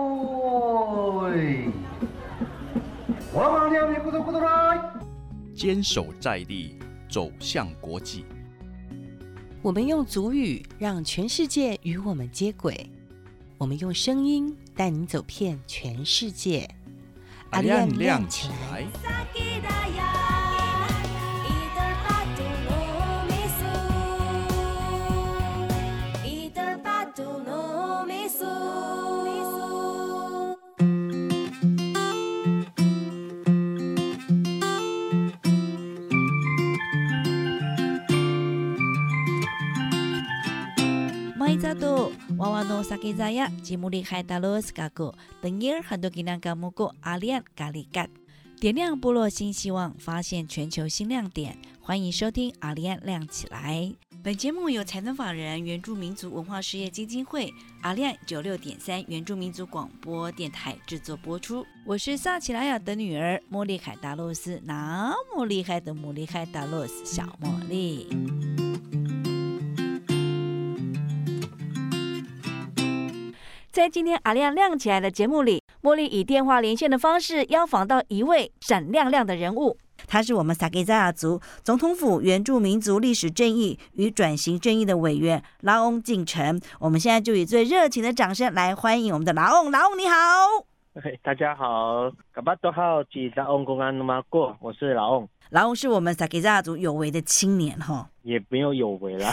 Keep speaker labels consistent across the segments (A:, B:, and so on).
A: おーい我马娘你咕嘟咕嘟来
B: 坚守在地，走向国际。
C: 我们用足语让全世界与我们接轨，我们用声音带你走遍全世界。
B: 阿亮亮起来！
D: 先だよイタパトのミスイタパトのミス
E: 毎座とワワのお酒座やジムリハイタロースカク、等一儿很多吉南嘎木古阿里安咖喱干，点亮部落新希望，发现全球新亮点。欢迎收听阿里安亮起来。本节目由财团法人原住民族文化事业基金会阿里安九六点三原住民族广播电台制作播出。我是萨奇拉雅的女儿莫莉凯达洛斯，那么厉害的莫莉凯达洛斯小茉莉。在今天阿亮亮起来的节目里，茉莉以电话连线的方式邀访到一位闪亮亮的人物。
F: 他是我们萨给扎亚族总统府原住民族历史正义与转型正义的委员拉翁进城。我们现在就以最热情的掌声来欢迎我们的拉翁。拉翁你好，
G: 嘿，大家好，嘎巴多号吉拉翁公安努玛过，我是老翁，
F: 拉翁是我们萨给扎亚族有为的青年哈。
G: 也没有有为啦。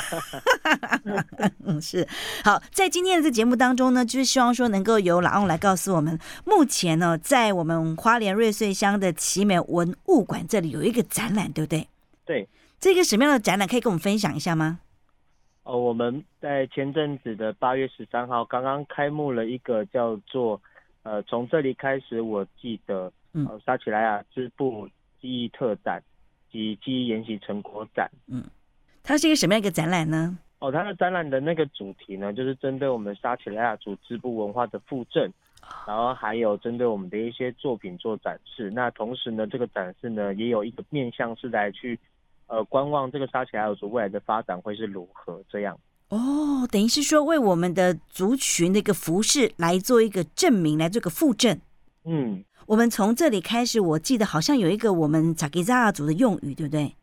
F: 嗯，是好，在今天的这节目当中呢，就是希望说能够由老翁来告诉我们，目前呢，在我们花莲瑞穗乡的奇美文物馆这里有一个展览，对不对？
G: 对，
F: 这个什么样的展览可以跟我们分享一下吗？
G: 哦，我们在前阵子的八月十三号刚刚开幕了一个叫做呃，从这里开始，我记得，
F: 嗯
G: 呃，沙奇莱亚支部记忆特展及记忆研习成果展。
F: 它是一个什么样一个展览呢？
G: 哦，它的展览的那个主题呢，就是针对我们沙奇莱亚族织布文化的附赠，
F: 啊
G: 然后还有针对我们的一些作品做展示。那同时呢，这个展示呢也有一个面向是来去，呃，观望这个沙奇莱亚族未来的发展会是如何这样。
F: 哦，等于是说为我们的族群的一个服饰来做一个证明，来做一个附证。
G: 嗯，
F: 我们从这里开始，我记得好像有一个我们查吉扎族的用语，对不对？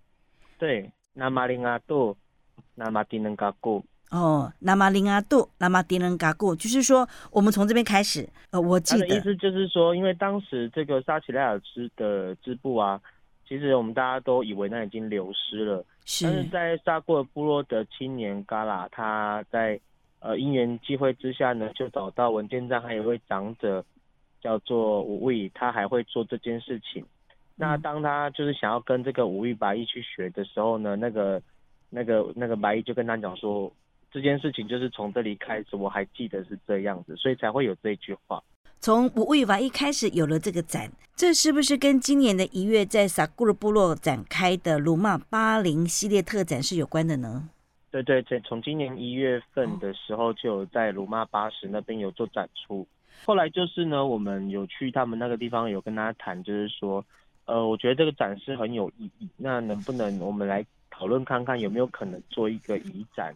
G: 对。那马林阿杜，那马丁能嘎固，
F: 哦，那玛林阿杜，那玛迪人嘎固，就是说我们从这边开始。呃，我
G: 他
F: 记
G: 的意
F: 得，
G: 思就是说，因为当时这个沙奇莱亚织的织布啊，其实我们大家都以为那已经流失了。但是
F: 是
G: 在沙库尔部落的青年嘎拉，他在呃因缘机会之下呢，就找到文件站还有一位长者叫做武义，他还会做这件事情。那当他就是想要跟这个武义白衣去学的时候呢，那个那个那个白衣就跟他讲说，这件事情就是从这里开始，我还记得是这样子，所以才会有这句话。
F: 从五月吧一开始有了这个展，这是不是跟今年的一月在萨古尔部落展开的鲁玛巴林系列特展是有关的呢？
G: 对对，从从今年一月份的时候就有在鲁妈巴士那边有做展出。后来就是呢，我们有去他们那个地方，有跟他谈，就是说，呃，我觉得这个展示很有意义，那能不能我们来讨论看看有没有可能做一个移展？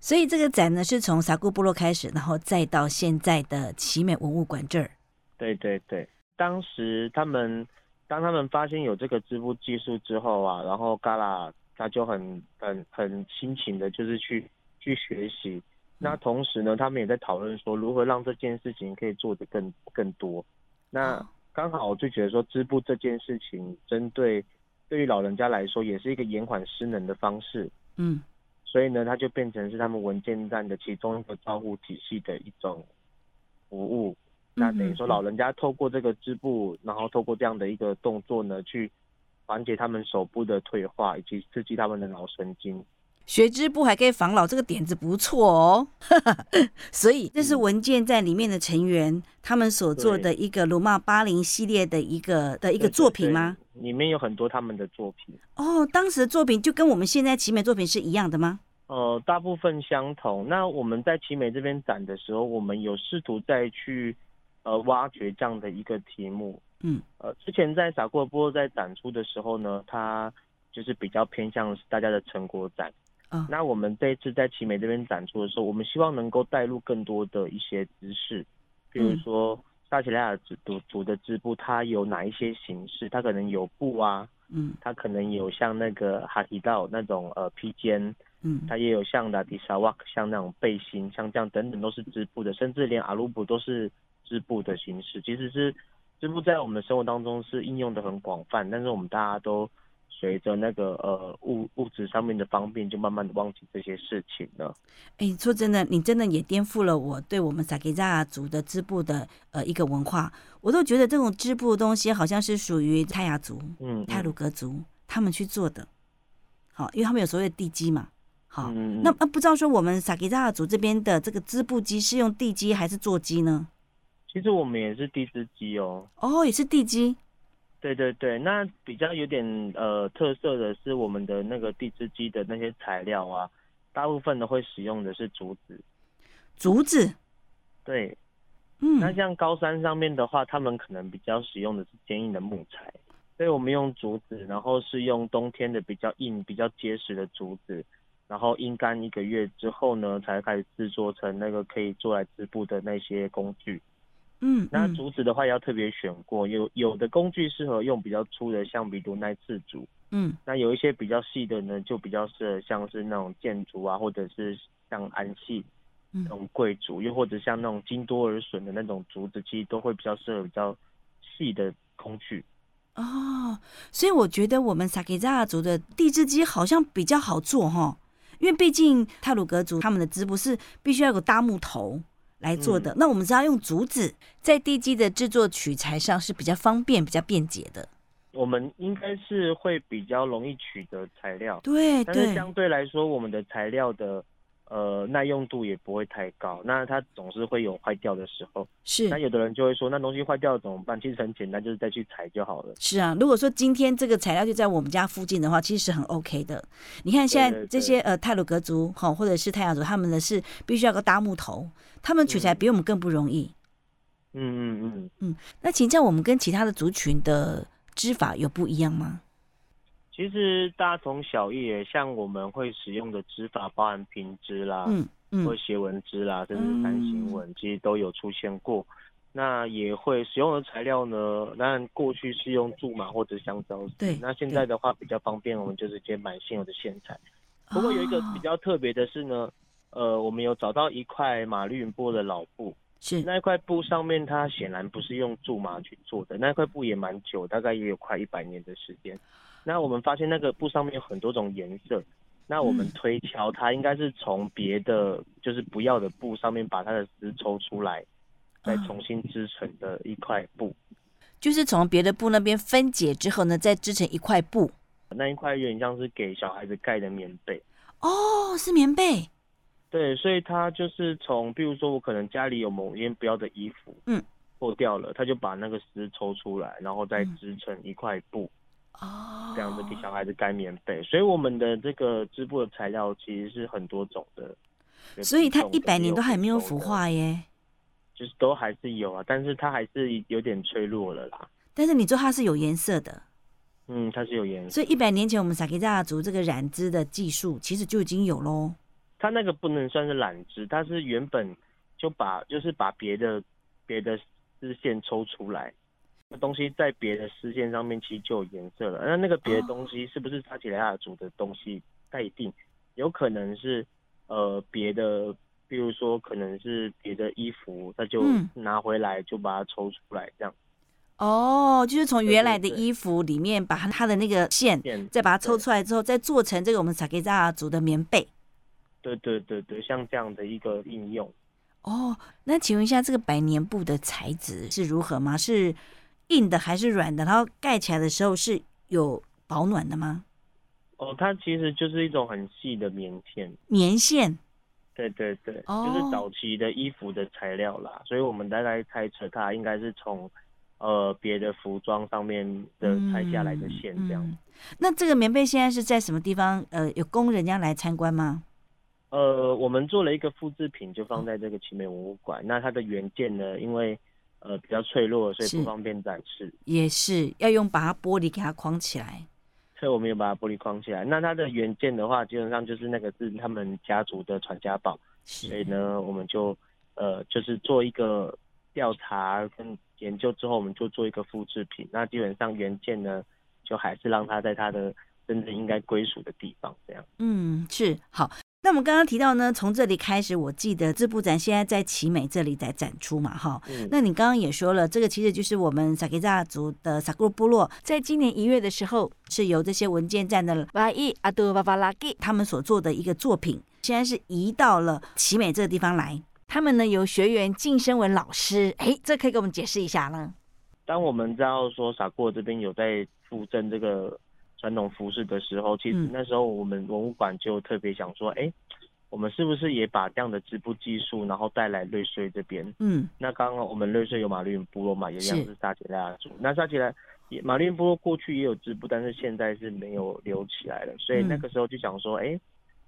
F: 所以这个展呢是从萨古部落开始，然后再到现在的奇美文物馆这儿。
G: 对对对，当时他们当他们发现有这个织布技术之后啊，然后嘎啦他就很很很辛勤的，就是去去学习。那同时呢，他们也在讨论说如何让这件事情可以做得更更多。那刚好我就觉得说织布这件事情，针对对于老人家来说，也是一个延缓失能的方式。
F: 嗯，
G: 所以呢，它就变成是他们文件站的其中一个照护体系的一种服务。
F: 嗯
G: 那等于说，老人家透过这个织布，然后透过这样的一个动作呢，去缓解他们手部的退化，以及刺激他们的脑神经。
F: 学织布还可以防老，这个点子不错哦。 所以这是
G: 嗯
F: 文件在里面的成员他们所做的一个鲁玛巴林系列的一个的一
G: 一
F: 个作品吗？？
G: 对里面有很多他们的作品，
F: 哦，当时的作品就跟我们现在奇美作品是一样的吗？
G: 呃，大部分相同。那我们在奇美这边展的时候，我们有试图再去呃挖掘这样的一个题目。
F: 嗯，
G: 呃，之前在傻过波在展出的时候呢，它就是比较偏向是大家的成果展。
F: 嗯
G: 那我们这一次在奇美这边展出的时候，我们希望能够带入更多的一些知识，比如
F: 嗯
G: 说撒奇莱雅织组组的织布，它有哪一些形式？它可能有布啊，
F: 嗯
G: 它可能有像那个哈提道那种呃披肩，
F: 嗯
G: 它也有像拉迪沙瓦克，像那种背心，像这样等等都是织布的，甚至连阿鲁布都是织布的形式。其实是织布在我们的生活当中是应用的很广泛，但是我们大家都随着那个呃物物质上面的方便，就慢慢的忘记这些事情了。
F: 哎，说真的，你真的也颠覆了我对我们萨给扎族的织布的呃一个文化，我都觉得这种织布的东西好像是属于泰雅族、
G: 嗯，
F: 泰鲁格族他们去做的，好，因为他们有所谓的地基嘛，好，
G: 嗯，
F: 啊那那不知道说我们萨给扎族这边的这个织布机是用地基还是坐机呢？
G: 其实我们也是地织机哦。
F: 哦，也是地基，
G: 对对对，那比较有点呃特色的是我们的那个地织机的那些材料啊，大部分的会使用的是竹子。
F: 竹子，
G: 对，那
F: 嗯，
G: 像高山上面的话，他们可能比较使用的是坚硬的木材，所以我们用竹子，然后是用冬天的比较硬、比较结实的竹子，然后阴干一个月之后呢，才开始制作成那个可以做来织布的那些工具。
F: 嗯，
G: 那
F: 嗯
G: 竹子的话要特别选过，有有的工具适合用比较粗的，像比如耐刺竹，
F: 嗯
G: 那有一些比较细的呢，就比较适合像是那种箭竹啊，或者是像安系
F: 嗯
G: 那种桂竹，又或者像那种金多尔笋的那种竹子，其实都会比较适合比较细的工具。
F: 哦，所以我觉得我们萨克扎族的地质机好像比较好做哈，因为毕竟泰鲁格族他们的织布是必须要有个大木头来做
G: 嗯
F: 的，那我们知道用竹子，在地基的制作取材上是比较方便、比较便捷的。
G: 我们应该是会比较容易取得材料，
F: 对
G: 但是
F: 对，
G: 相对来说，我们的材料的呃耐用度也不会太高，那它总是会有坏掉的时候。那
F: 是
G: 有的人就会说，那东西坏掉了怎么办？其实很简单，就是再去裁就好了。
F: 是啊。如果说今天这个材料就在我们家附近的话，其实是很 OK 的。你看现在
G: 对对
F: 这些呃泰鲁格族哈，或者是泰雅族，他们的是必须要个大木头，他们取材比我们更不容易。
G: 嗯嗯嗯。
F: 那请教我们跟其他的族群的织法有不一样吗？
G: 其实大同小异耶，像我们会使用的织法，包含平织啦，
F: 嗯
G: 或
F: 嗯
G: 斜纹织啦，甚至三形纹，其实都有出现过。那也会使用的材料呢，当然过去是用苎麻或者香蕉丝，
F: 对
G: 那现在的话比较方便，我们就直接买现有的线材。不过有一个
F: 啊
G: 比较特别的是呢，呃，我们有找到一块马绿云波的老布，
F: 是
G: 那一块布上面它显然不是用苎麻去做的，那一块布也蛮久，大概也有快一百年的时间。那我们发现那个布上面有很多种颜色，那我们推敲它应该是从别的就是不要的布上面把它的丝抽出来，再重新织成的一块布。
F: 就是从别的布那边分解之后呢，再织成一块布。
G: 那一块有点像是给小孩子盖的棉被，
F: 哦，是棉被。
G: 对，所以它就是从，比如说我可能家里有某件不要的衣服，
F: 嗯，
G: 破掉了，他就把那个丝抽出来，然后再织成一块布。
F: 哦
G: 这样子给小孩子盖棉被，所以我们的这个织布的材料其实是很多种的。有
F: 所以它
G: 几种的
F: 一百年都还没有
G: 有
F: 腐
G: 很多的
F: 化耶。
G: 就是都还是有啊，但是它还是有点脆弱了啦。
F: 但是你说它是有颜色的，
G: 嗯，它是有颜色，
F: 所以一百年前我们萨克扎族这个染织的技术其实就已经有喽。
G: 它那个不能算是染织，它是原本就把就是把别的别的丝线抽出来，那东西在别的丝线上面其实就有颜色了。那那个别的东西是不是撒奇莱亚族的东西？不太一定，有可能是呃别的，比如说可能是别的衣服，它就
F: 嗯
G: 拿回来就把它抽出来这样。
F: 哦，就是从原来的
G: 对对对
F: 衣服里面把它的那个线
G: 线，
F: 再把它抽
G: 对
F: 出来之后，再做成这个我们萨克扎族的棉被。
G: 对对对对，像这样的一个应用。
F: 哦，那请问一下，这个百年布的材质是如何吗？是硬的还是软的？然后盖起来的时候是有保暖的吗？
G: 哦，它其实就是一种很细的棉线，
F: 棉线
G: 对对对，
F: 哦
G: 就是早期的衣服的材料啦，所以我们大概猜测它应该是从呃别的服装上面的裁下来的线这样。
F: 嗯嗯那这个棉被现在是在什么地方？呃，有供人家来参观吗？
G: 呃，我们做了一个复制品，就放在这个奇美文物馆。那它的原件呢，因为呃比较脆弱，所以
F: 是
G: 不方便展示。
F: 也是要用把它玻璃给它框起来。
G: 所以我们也把玻璃框起来。那它的原件的话，基本上就是那个是他们家族的传家宝，所以
F: 是
G: 呢，我们就呃就是做一个调查跟研究之后，我们就做一个复制品。那基本上原件呢，就还是让它在它的真正应该归属的地方这样。
F: 嗯是好。那我们刚刚提到呢，从这里开始，我记得这部展现在在奇美这里在展出嘛，哈。
G: 嗯，
F: 那你刚刚也说了，这个其实就是我们萨克扎族的萨古部落，在今年一月的时候，是由这些文件站的
E: 哇伊阿杜哇哇拉吉，
F: 他们所做的一个作品，现在是移到了奇美这个地方来。他们呢由学员晋升为老师，哎，这可以给我们解释一下呢？
G: 当我们知道说傻过这边有在附赠这个传统服饰的时候，其实
F: 嗯
G: 那时候我们文物馆就特别想说，哎、我们是不是也把这样的织布技术，然后带来瑞穗这边？
F: 嗯
G: 那刚刚我们瑞穗有马律云部落嘛，也一样
F: 是
G: 是撒奇拉雅族。那撒奇拉也马律云部落过去也有织布，但是现在是没有留起来了，所以
F: 嗯
G: 那个时候就想说，哎、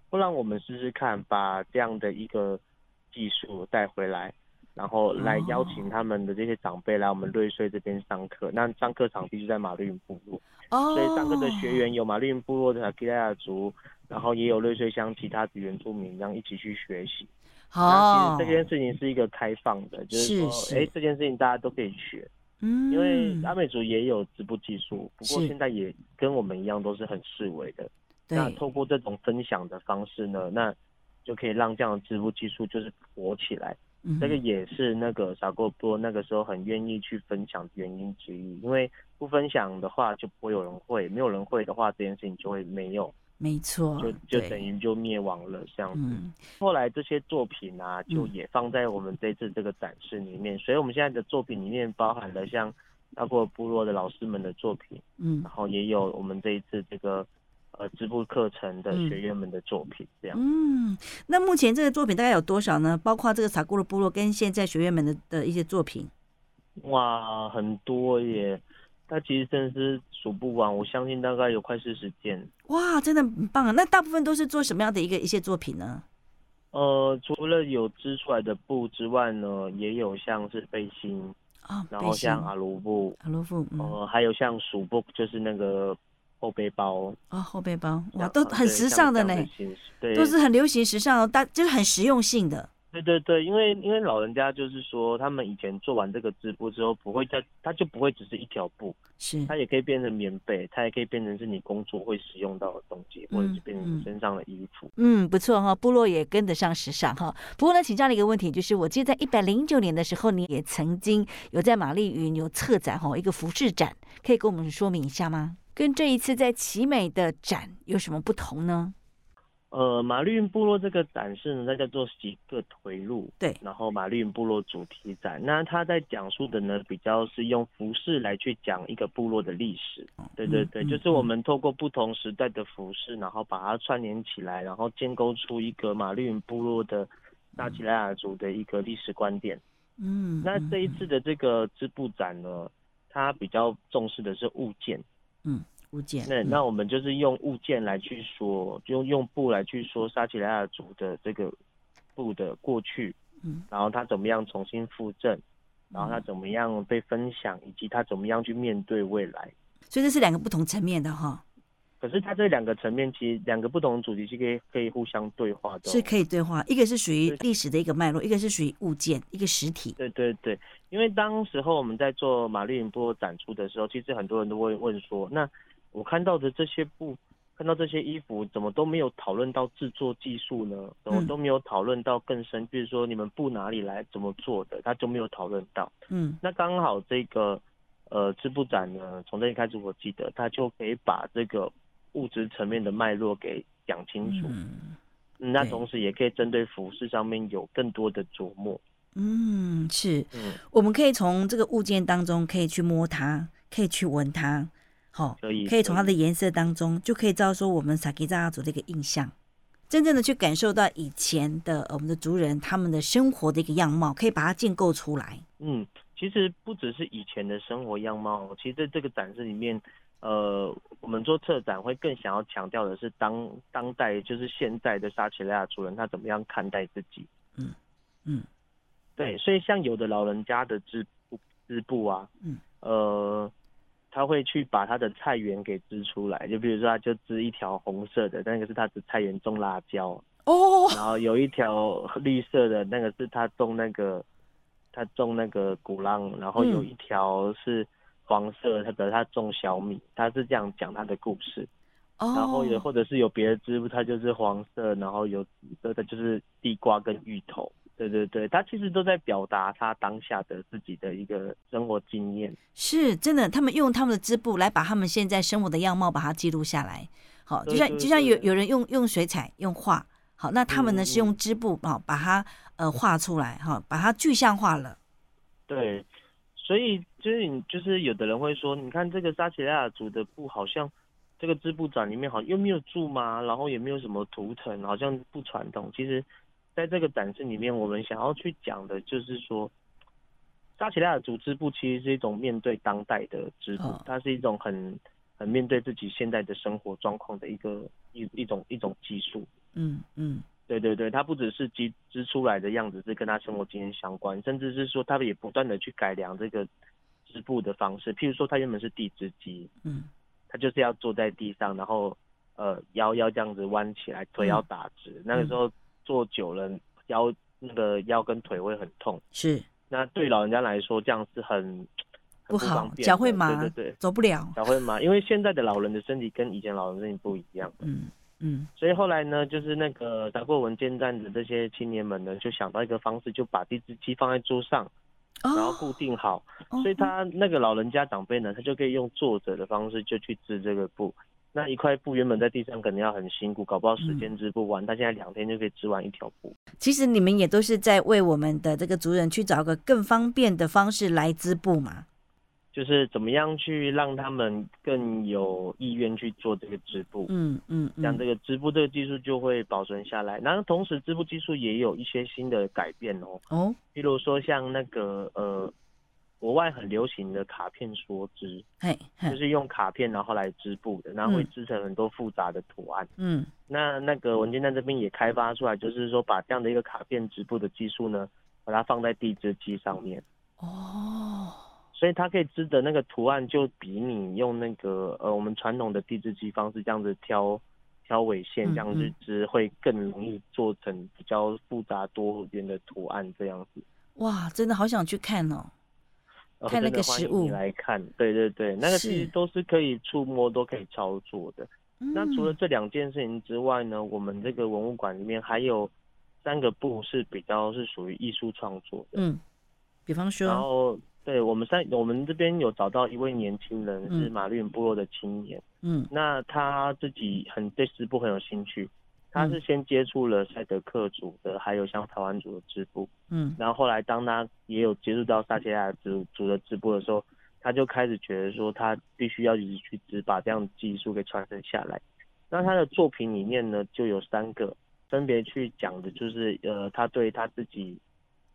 G: 不然我们试试看，把这样的一个技术带回来，然后来
F: 哦
G: 邀请他们的这些长辈来我们瑞穗这边上课。那上课场地就在马律云部落，
F: 哦
G: 所以上课的学员有马律云部落的撒奇拉雅族，然后也有瑞穗乡其他的原住民，这样一起去学习。那
F: 哦，
G: 其实这件事情是一个开放的，就是
F: 是
G: 说，哎、
F: 是
G: 这件事情大家都可以学，
F: 嗯
G: 因为阿美族也有织布技术，不过
F: 是
G: 现在也跟我们一样都是很示威的。那
F: 对
G: 透过这种分享的方式呢，那就可以让这样的织布技术就是火起来。
F: 嗯
G: 这个也是那个傻过多那个时候很愿意去分享的原因之一，因为不分享的话就不会有人会，没有人会的话，这件事情就会没有，
F: 没错
G: 就，就
F: 哦对
G: 等于就灭亡了这样子。
F: 嗯
G: 后来这些作品啊，就也放在我们这次这个展示里面，所以我们现在的作品里面包含了像阿过部落的老师们的作品，
F: 嗯
G: 然后也有我们这一次这个呃织布课程的
F: 嗯
G: 学员们的作品，这样。
F: 嗯。那目前这个作品大概有多少呢？包括这个萨古鲁部落跟现在学员们的的一些作品。
G: 哇，很多耶！它其实真的是数不完，我相信大概有快四十件。
F: 哇，真的很棒啊！那大部分都是做什么样的一个一些作品呢？
G: 呃，除了有织出来的布之外呢，也有像是背心，
F: 哦，
G: 然
F: 背
G: 后
F: 心
G: 像啊阿卢布，
F: 阿罗夫，嗯，
G: 呃，还有像鼠布，就是那个后背包，
F: 哦，后背包，哇，
G: 像
F: 都
G: 呃
F: 很
G: 对
F: 时
G: 像
F: 尚的
G: 这
F: 呢
G: 样，形式对，
F: 都是很流行时尚，大就是很实用性的。
G: 对对对，因为因为老人家就是说，他们以前做完这个织布之后，不会再，它就不会只是一条布，
F: 是
G: 它也可以变成棉被，它也可以变成是你工作会使用到的东西，或者是变成
F: 嗯嗯
G: 你身上的衣服。
E: 嗯，不错哈、部落也跟得上时尚哈、不过呢，请教你一个问题，就是我记得在一百零九年的时候，你也曾经有在玛丽云有策展哈、一个服饰展，可以跟我们说明一下吗？跟这一次在奇美的展有什么不同呢？
G: 呃，马绿云部落这个展示呢，它叫做喜个回路，
F: 对
G: 然后马绿云部落主题展，那它在讲述的呢，比较是用服饰来去讲一个部落的历史。对对对，
F: 嗯
G: 就是我们透过不同时代的服饰，然后把它串联起来，然后建构出一个马绿云部落的纳吉拉雅族的一个历史观点。
F: 嗯，
G: 那
F: 嗯
G: 这一次的这个织布展呢，它比较重视的是物件。
F: 物件，
G: 那
F: 嗯
G: 那我们就是用物件来去说，用用布来去说撒奇莱亚族的这个布的过去，
F: 嗯，
G: 然后它怎么样重新复振，然后它怎么样被分享，以及它怎么样去面对未来。
F: 所以这是两个不同层面的哈，
G: 可是它这两个层面，其实两个不同的主题是可以可以互相对话的哦、
F: 是可以对话，一个是属于
G: 对
F: 历史的一个脉络，一个是属于物件，一个实体。
G: 对对对，因为当时候我们在做马丽云波展出的时候，其实很多人都会问说，那我看到的这些布，看到这些衣服，怎么都没有讨论到制作技术呢？怎么
F: 嗯
G: 都没有讨论到更深？比如说你们布哪里来，怎么做的，他就没有讨论到。
F: 嗯
G: 那刚好这个呃织布展呢，从这里开始我记得，他就可以把这个物质层面的脉络给讲清楚。
F: 嗯
G: 嗯那
F: 对
G: 同时也可以针对服饰上面有更多的琢磨。
F: 嗯，是
G: 嗯，
F: 我们可以从这个物件当中可以去摸它，可以去闻它，好，
G: 可以
F: 可以从它
G: 可以
F: 的颜色当中就可以知道说我们萨基扎族的一个印象，真正的去感受到以前的呃我们的族人他们的生活的一个样貌，可以把它建构出来。
G: 嗯，其实不只是以前的生活样貌，哦其实在这个展示里面，呃，我们做策展会更想要强调的是当当代，就是现在的撒奇利亚族人他怎么样看待自己。
F: 嗯嗯，
G: 对，所以像有的老人家的织布织布啊，
F: 嗯，
G: 呃，他会去把他的菜园给支出来，就比如说他就支一条红色的，那个是他的菜园种辣椒，
F: 哦，
G: 然后有一条绿色的，那个是他种那个他种那个鼓浪，然后有一条是黄色，他的他种小米，他是这样讲他的故事。然后也
F: 哦，
G: 或者是有别的植物，它就是黄色，然后有紫色的，就是地瓜跟芋头。对对对，它其实都在表达他当下的自己的一个生活经验。
F: 是真的，他们用他们的织布来把他们现在生活的样貌把它记录下来。好，就
G: 对
F: 像
G: 对
F: 就像有
G: 对
F: 有人用用水彩用画，好，那他们呢
G: 嗯
F: 是用织布啊把它呃画出来哈，把它具象化了。
G: 对，所以就是你就是有的人会说，你看这个沙奇拉雅族的布好像这个织布展里面好像又没有苎麻，然后也没有什么图腾，好像不传统。其实，在这个展示里面，我们想要去讲的就是说，沙奇拉雅族织布其实是一种面对当代的织布
F: 哦，
G: 它是一种很很面对自己现在的生活状况的一个一一种一种技术。
F: 嗯嗯，
G: 对对对，它不只是织织出来的样子是跟他生活经验相关，甚至是说他也不断的去改良这个织布的方式。譬如说，它原本是地织机，
F: 嗯，
G: 它就是要坐在地上，然后呃腰要这样子弯起来，腿
F: 嗯
G: 要打直。那个时候坐久了，腰那个腰跟腿会很痛。
F: 是
G: 那对老人家来说，这样是很
F: 不
G: 很方
F: 好
G: 便，的
F: 脚会麻，
G: 对对对，
F: 走不了。
G: 脚会麻，因为现在的老人的身体跟以前老人身体不一样。
F: 嗯嗯，
G: 所以后来呢，就是那个打过文件站的这些青年们呢，就想到一个方式，就把地支机放在桌上，然后
F: 哦，
G: 固定好。
F: 哦
G: 所以他那个老人家长辈呢，他就可以用坐着的方式就去织这个布。那一块布原本在地上可能要很辛苦，搞不好时
F: 嗯
G: 间织不完，他现在两天就可以织完一条布。
F: 其实你们也都是在为我们的这个族人去找个更方便的方式来织布嘛。
G: 就是怎么样去让他们更有意愿去做这个织布。
F: 嗯嗯
G: 像这
F: 嗯，
G: 个织布这个技术就会保存下来，然后同时织布技术也有一些新的改变哦。
F: 哦，
G: 比如说像那个呃，国外很流行的卡片梭织，
F: 嘿，
G: 就
F: 嘿，
G: 是用卡片然后来织布的，然后会织成很多复杂的图案。
F: 嗯
G: 那那个文件站这边也开发出来，就是说把这样的一个卡片织布的技术呢，把它放在地织机上面，
F: 哦，
G: 所以它可以织的那个图案就比你用那个呃我们传统的地织机方式这样子挑。挑纬线这样
F: 嗯
G: 去
F: 嗯
G: 织会更容易做成比较复杂多元的图案，这样子。
F: 哇，真的好想去看哦。
G: 哦
F: 看那
G: 真的
F: 个
G: 欢
F: 实
G: 迎你
F: 物
G: 来看，对对对，那个其
F: 是
G: 实都是可以触摸、都可以操作的。
F: 嗯
G: 那除了这两件事情之外呢，我们这个文物馆里面还有三个部是比较是属于艺术创作的。
F: 嗯，比方
G: 然
F: 说，
G: 后，对我们三，我们这边有找到一位年轻人，
F: 嗯
G: 是马略部落的青年。
F: 嗯
G: 那他自己很对织布很有兴趣，他
F: 嗯
G: 是先接触了赛德克族的，还有像台湾族的织布。
F: 嗯
G: 然后后来当他也有接触到撒切亚族族的直播的时候，他就开始觉得说他必须要一直去只把这样的技术给传承下来。那他的作品里面呢，就有三个分别去讲的就是呃，他对他自己。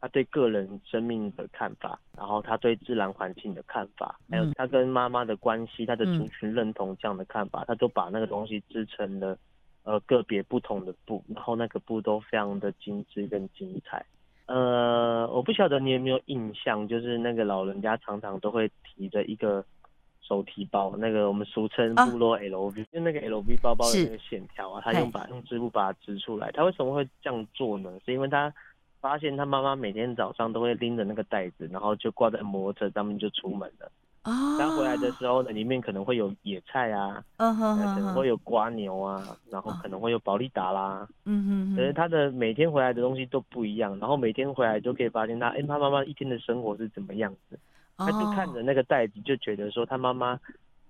G: 他对个人生命的看法，然后他对自然环境的看法，还有
F: 嗯
G: 他跟妈妈的关系、他的
F: 嗯
G: 族群认同这样的看法，他都把那个东西织成了呃个别不同的布，然后那个布都非常的精致跟精彩。呃，我不晓得你有没有印象，就是那个老人家常常都会提着一个手提包，那个我们俗称
F: 啊
G: 部落 LV，、就那个 LV 包包的
F: 是
G: 那个线条啊，他
F: 嗨
G: 用把用织布把它织出来。他为什么会这样做呢？是因为他发现他妈妈每天早上都会拎着那个袋子，然后就挂在摩托车上面就出门了。
F: 啊，
G: 他回来的时候呢，里面可能会有野菜啊，
F: 嗯哼
G: 呃可
F: 哼
G: 能
F: 哼，
G: 会有瓜牛啊，然后可能会有保利达啦。
F: 嗯哼
G: 可是
F: 哼，
G: 他的每天回来的东西都不一样，然后每天回来就可以发现他，哎、他妈妈一天的生活是怎么样子。呃他就看着
F: 哦，
G: 那个袋子，就觉得说他妈妈，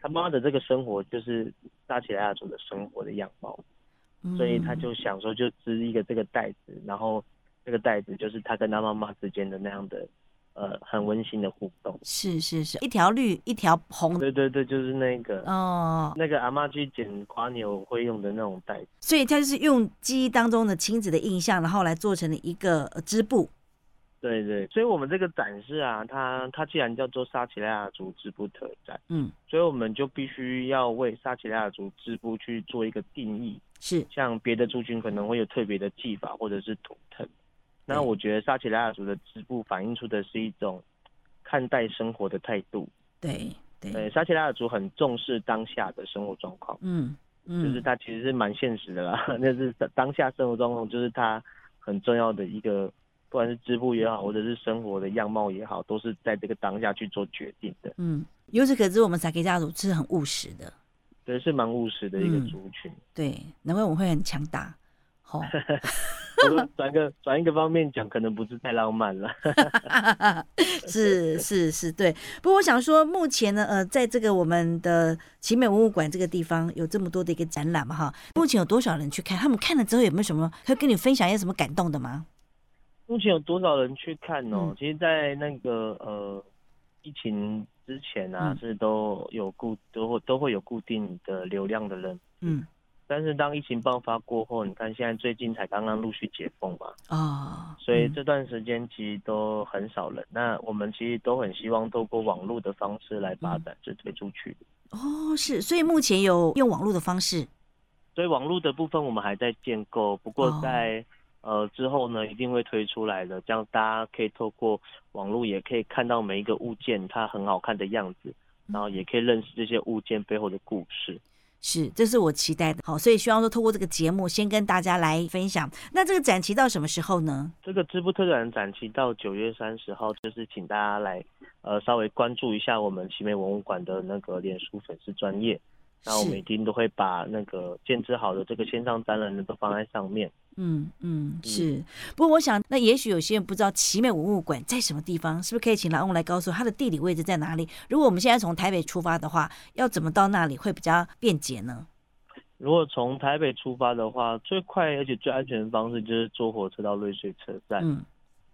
G: 他妈妈的这个生活就是大起来亚族的生活的样貌，所以他
F: 嗯
G: 就想说就织一个这个袋子，然后这个袋子就是他跟他妈妈之间的那样的，呃，很温馨的互动。
F: 是是是，一条绿一条红的
G: 对对对，就是那个。
F: 哦，
G: 那个阿妈去捡瓜牛会用的那种袋子，
F: 所以他就是用记忆当中的亲子的印象，然后来做成了一个呃织布。
G: 对对，所以我们这个展示啊，它它既然叫做撒奇莱亚族织布特展，
F: 嗯，
G: 所以我们就必须要为撒奇莱亚族织布去做一个定义，
F: 是
G: 像别的族群可能会有特别的技法或者是图腾。那我觉得撒奇拉雅族的织布反映出的是一种看待生活的态度，
F: 对对，
G: 对，撒切拉尔族很重视当下的生活状况，
F: 嗯
G: 就是
F: 嗯，
G: 他其实是蛮现实的啦， 那是当下生活状况，就是他很重要的一个，不管是织布也好，或者是生活的样貌也好，都是在这个当下去做决定的，
F: 嗯，由此可知，我们撒给家族是很务实的，
G: 对，是蛮务实的一个
F: 嗯
G: 族群。
F: 对，难怪我们会很强大。 好、
G: 我说转个转一个方面讲，可能不是太浪漫了。
F: 是是是，对。不过我想说，目前呢，呃，在这个我们的奇美文物馆这个地方有这么多的一个展览嘛，哈，目前有多少人去看？他们看了之后有没有什么会跟你分享一些什么感动的吗？
G: 目前有多少人去看哦？
F: 嗯
G: 其实，在那个呃疫情之前啊，
F: 嗯
G: 是都有固都会都会有固定的流量的人，
F: 嗯，
G: 但是当疫情爆发过后，你看现在最近才刚刚陆续解封嘛，
F: 哦，
G: 所以
F: 嗯
G: 这段时间其实都很少人。那我们其实都很希望透过网络的方式来把
F: 嗯
G: 展示推出去。
F: 哦是，所以目前有用网络的方式，
G: 所以网络的部分我们还在建构，不过
F: 哦
G: 在、呃之后呢，一定会推出来的，这样大家可以透过网络也可以看到每一个物件它很好看的样子，
F: 嗯
G: 然后也可以认识这些物件背后的故事。
F: 是，这是我期待的。好，所以希望说透过这个节目，先跟大家来分享。那这个展期到什么时候呢？
G: 这个织布特展展期到九月三十号，就是请大家来呃稍微关注一下我们奇美文物馆的那个脸书粉丝专业。那我们
F: 是
G: 一定都会把那个建制好的这个线上展览呢都放在上面。
F: 嗯嗯，是。不过我想，那也许有些人不知道奇美文物馆在什么地方，是不是可以请老翁来告诉我它的地理位置在哪里？如果我们现在从台北出发的话，要怎么到那里会比较便捷呢？
G: 如果从台北出发的话，最快而且最安全的方式就是坐火车到瑞穗车站。
F: 嗯，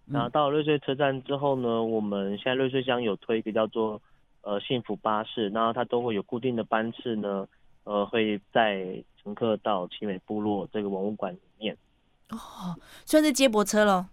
G: 然后到瑞穗车站之后呢，我们现在瑞穗乡有推一个叫做呃幸福巴士，那它都会有固定的班次呢，呃会带乘客到奇美部落这个文物馆里面，
F: 哦，算是接驳车喽。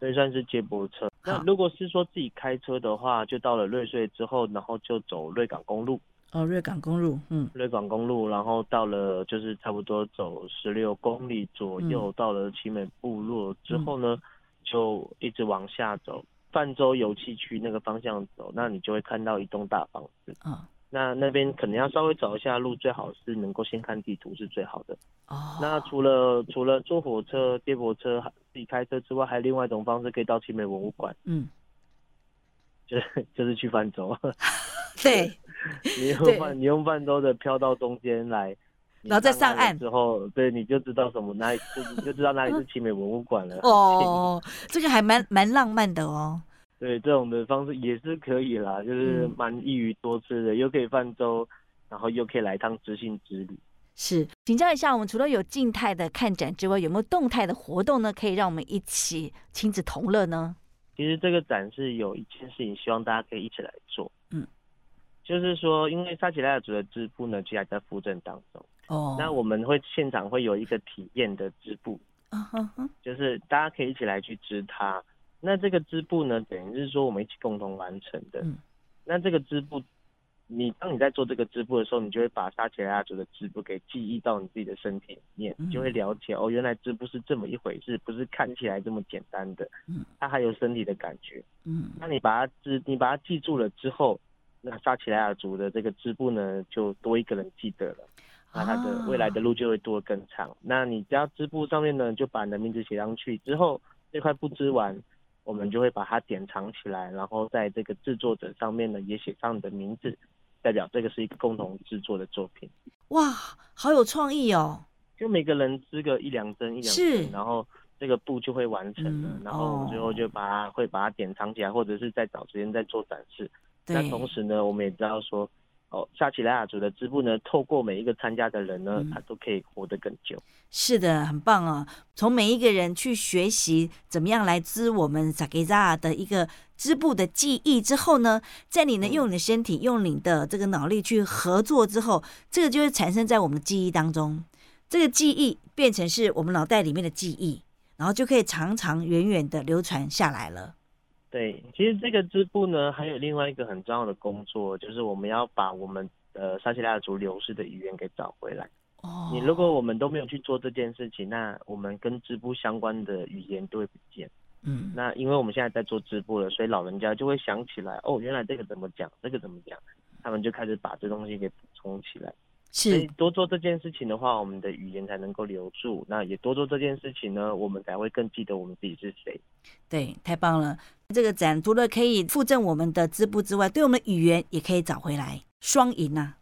G: 所以算是接驳车。那
F: 好
G: 如果是说自己开车的话，就到了瑞穗之后，然后就走瑞港公路，
F: 哦，瑞港公路，嗯，
G: 瑞港公路，然后到了就是差不多走十六公里左
F: 嗯
G: 右，到了奇美部落之后呢，就一直往下走，泛舟油气区那个方向走，那你就会看到一栋大房子。
F: 哦
G: 那那边可能要稍微找一下路，最好是能够先看地图是最好的。
F: 哦，
G: 那除了除了坐火车、接驳车、还自己开车之外，还有另外一种方式可以到奇美文物馆，
F: 嗯，
G: 就是就是去泛舟，
F: 对，
G: 你用
F: 对
G: 泛你用泛舟的漂到中间来。
F: 然后再上
G: 你了
F: 岸
G: 之后，对，你就知道什么哪里，就你就知道哪里是奇美文物馆了。
F: 哦，这个还蛮蛮浪漫的哦。
G: 对，这种的方式也是可以啦，就是
F: 嗯
G: 蛮一鱼多吃的，又可以泛舟，然后又可以来一趟知性之旅。
F: 是，
E: 请教一下，我们除了有静态的看展之外，有没有动态的活动呢？可以让我们一起亲子同乐呢？
G: 其实这个展示有一件事情，希望大家可以一起来做。
F: 嗯，就是
G: 说，因为撒奇拉雅族的织布呢，其实还在复振当中。
F: 哦，
G: 那我们会现场会有一个体验的织布，
F: 嗯哼哼
G: 就是大家可以一起来去织它。那这个织布呢，等于是说我们一起共同完成的。
F: 嗯
G: 那这个织布，你当你在做这个织布的时候，你就会把撒奇拉雅族的织布给记忆到你自己的身体里面，
F: 嗯
G: 你就会了解哦，原来织布是这么一回事，不是看起来这么简单的
F: 嗯，
G: 它还有身体的感觉。
F: 嗯，
G: 那你把它记，你把它记住了之后，那撒奇拉雅族的这个织布呢，就多一个人记得了，那他的未来的路就会多得更长。那你只要织布上面呢，就把你的名字写上去之后，这块布织完，我们就会把它典藏起来，然后在这个制作者上面呢，也写上你的名字，代表这个是一个共同制作的作品。
F: 哇，好有创意哦。
G: 就每个人织个一两针一两
F: 是
G: 针，然后这个布就会完成了，
F: 嗯
G: 然后我们最后就把它、会把它典藏起来，或者是再找时间再做展示。那
F: 对，
G: 同时呢，我们也知道说，哦，夏奇莱雅族的织布呢，透过每一个参加的人呢，
F: 嗯
G: 他都可以活得更久。
F: 是的，很棒哦！从每一个人去学习怎么样来织我们萨给扎的一个织布的技艺之后呢，在你呢
G: 嗯
F: 用你的身体、用你的这个脑力去合作之后，这个就会产生在我们的记忆当中。这个记忆变成是我们脑袋里面的记忆，然后就可以长长远远的流传下来了。
G: 对，其实这个织布呢，还有另外一个很重要的工作，就是我们要把我们呃沙奇拉雅族流失的语言给找回来。
F: 哦
G: 你如果我们都没有去做这件事情，那我们跟织布相关的语言都会不见。
F: 嗯
G: 那因为我们现在在做织布了，所以老人家就会想起来，哦，原来这个怎么讲，这个怎么讲。他们就开始把这东西给补充起来。所以
F: 是
G: 多做这件事情的话，我们的语言才能够留住。那也多做这件事情呢，我们才会更记得我们自己是谁。
F: 对，太棒了！这个展除了可以附赠我们的织布之外，对我们的语言也可以找回来，双赢啊！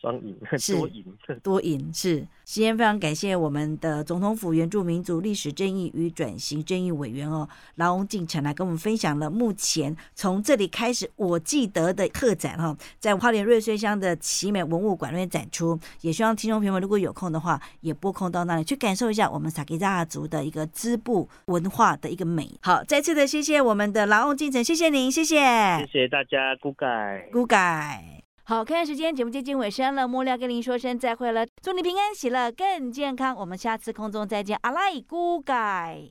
G: 双赢，
F: 是
G: 多赢。
F: 多赢是。今天非常感谢我们的总统府原住民族历史正义与转型正义委员哦，劳翁进城来跟我们分享了目前从这里开始我记得的特展哈、哦，在花莲瑞穗乡的奇美文物馆那边展出。也希望听众朋友们如果有空的话，也拨空到那里去感受一下我们萨基扎族的一个织布文化的一个美。好，再次的谢谢我们的劳翁进城，谢谢您，谢
G: 谢谢大家，g o o d e
F: 姑改。好，看看时间，节目接近尾声了，末料跟您说声再会了，祝你平安喜乐，更健康。我们下次空中再见，阿赖姑改。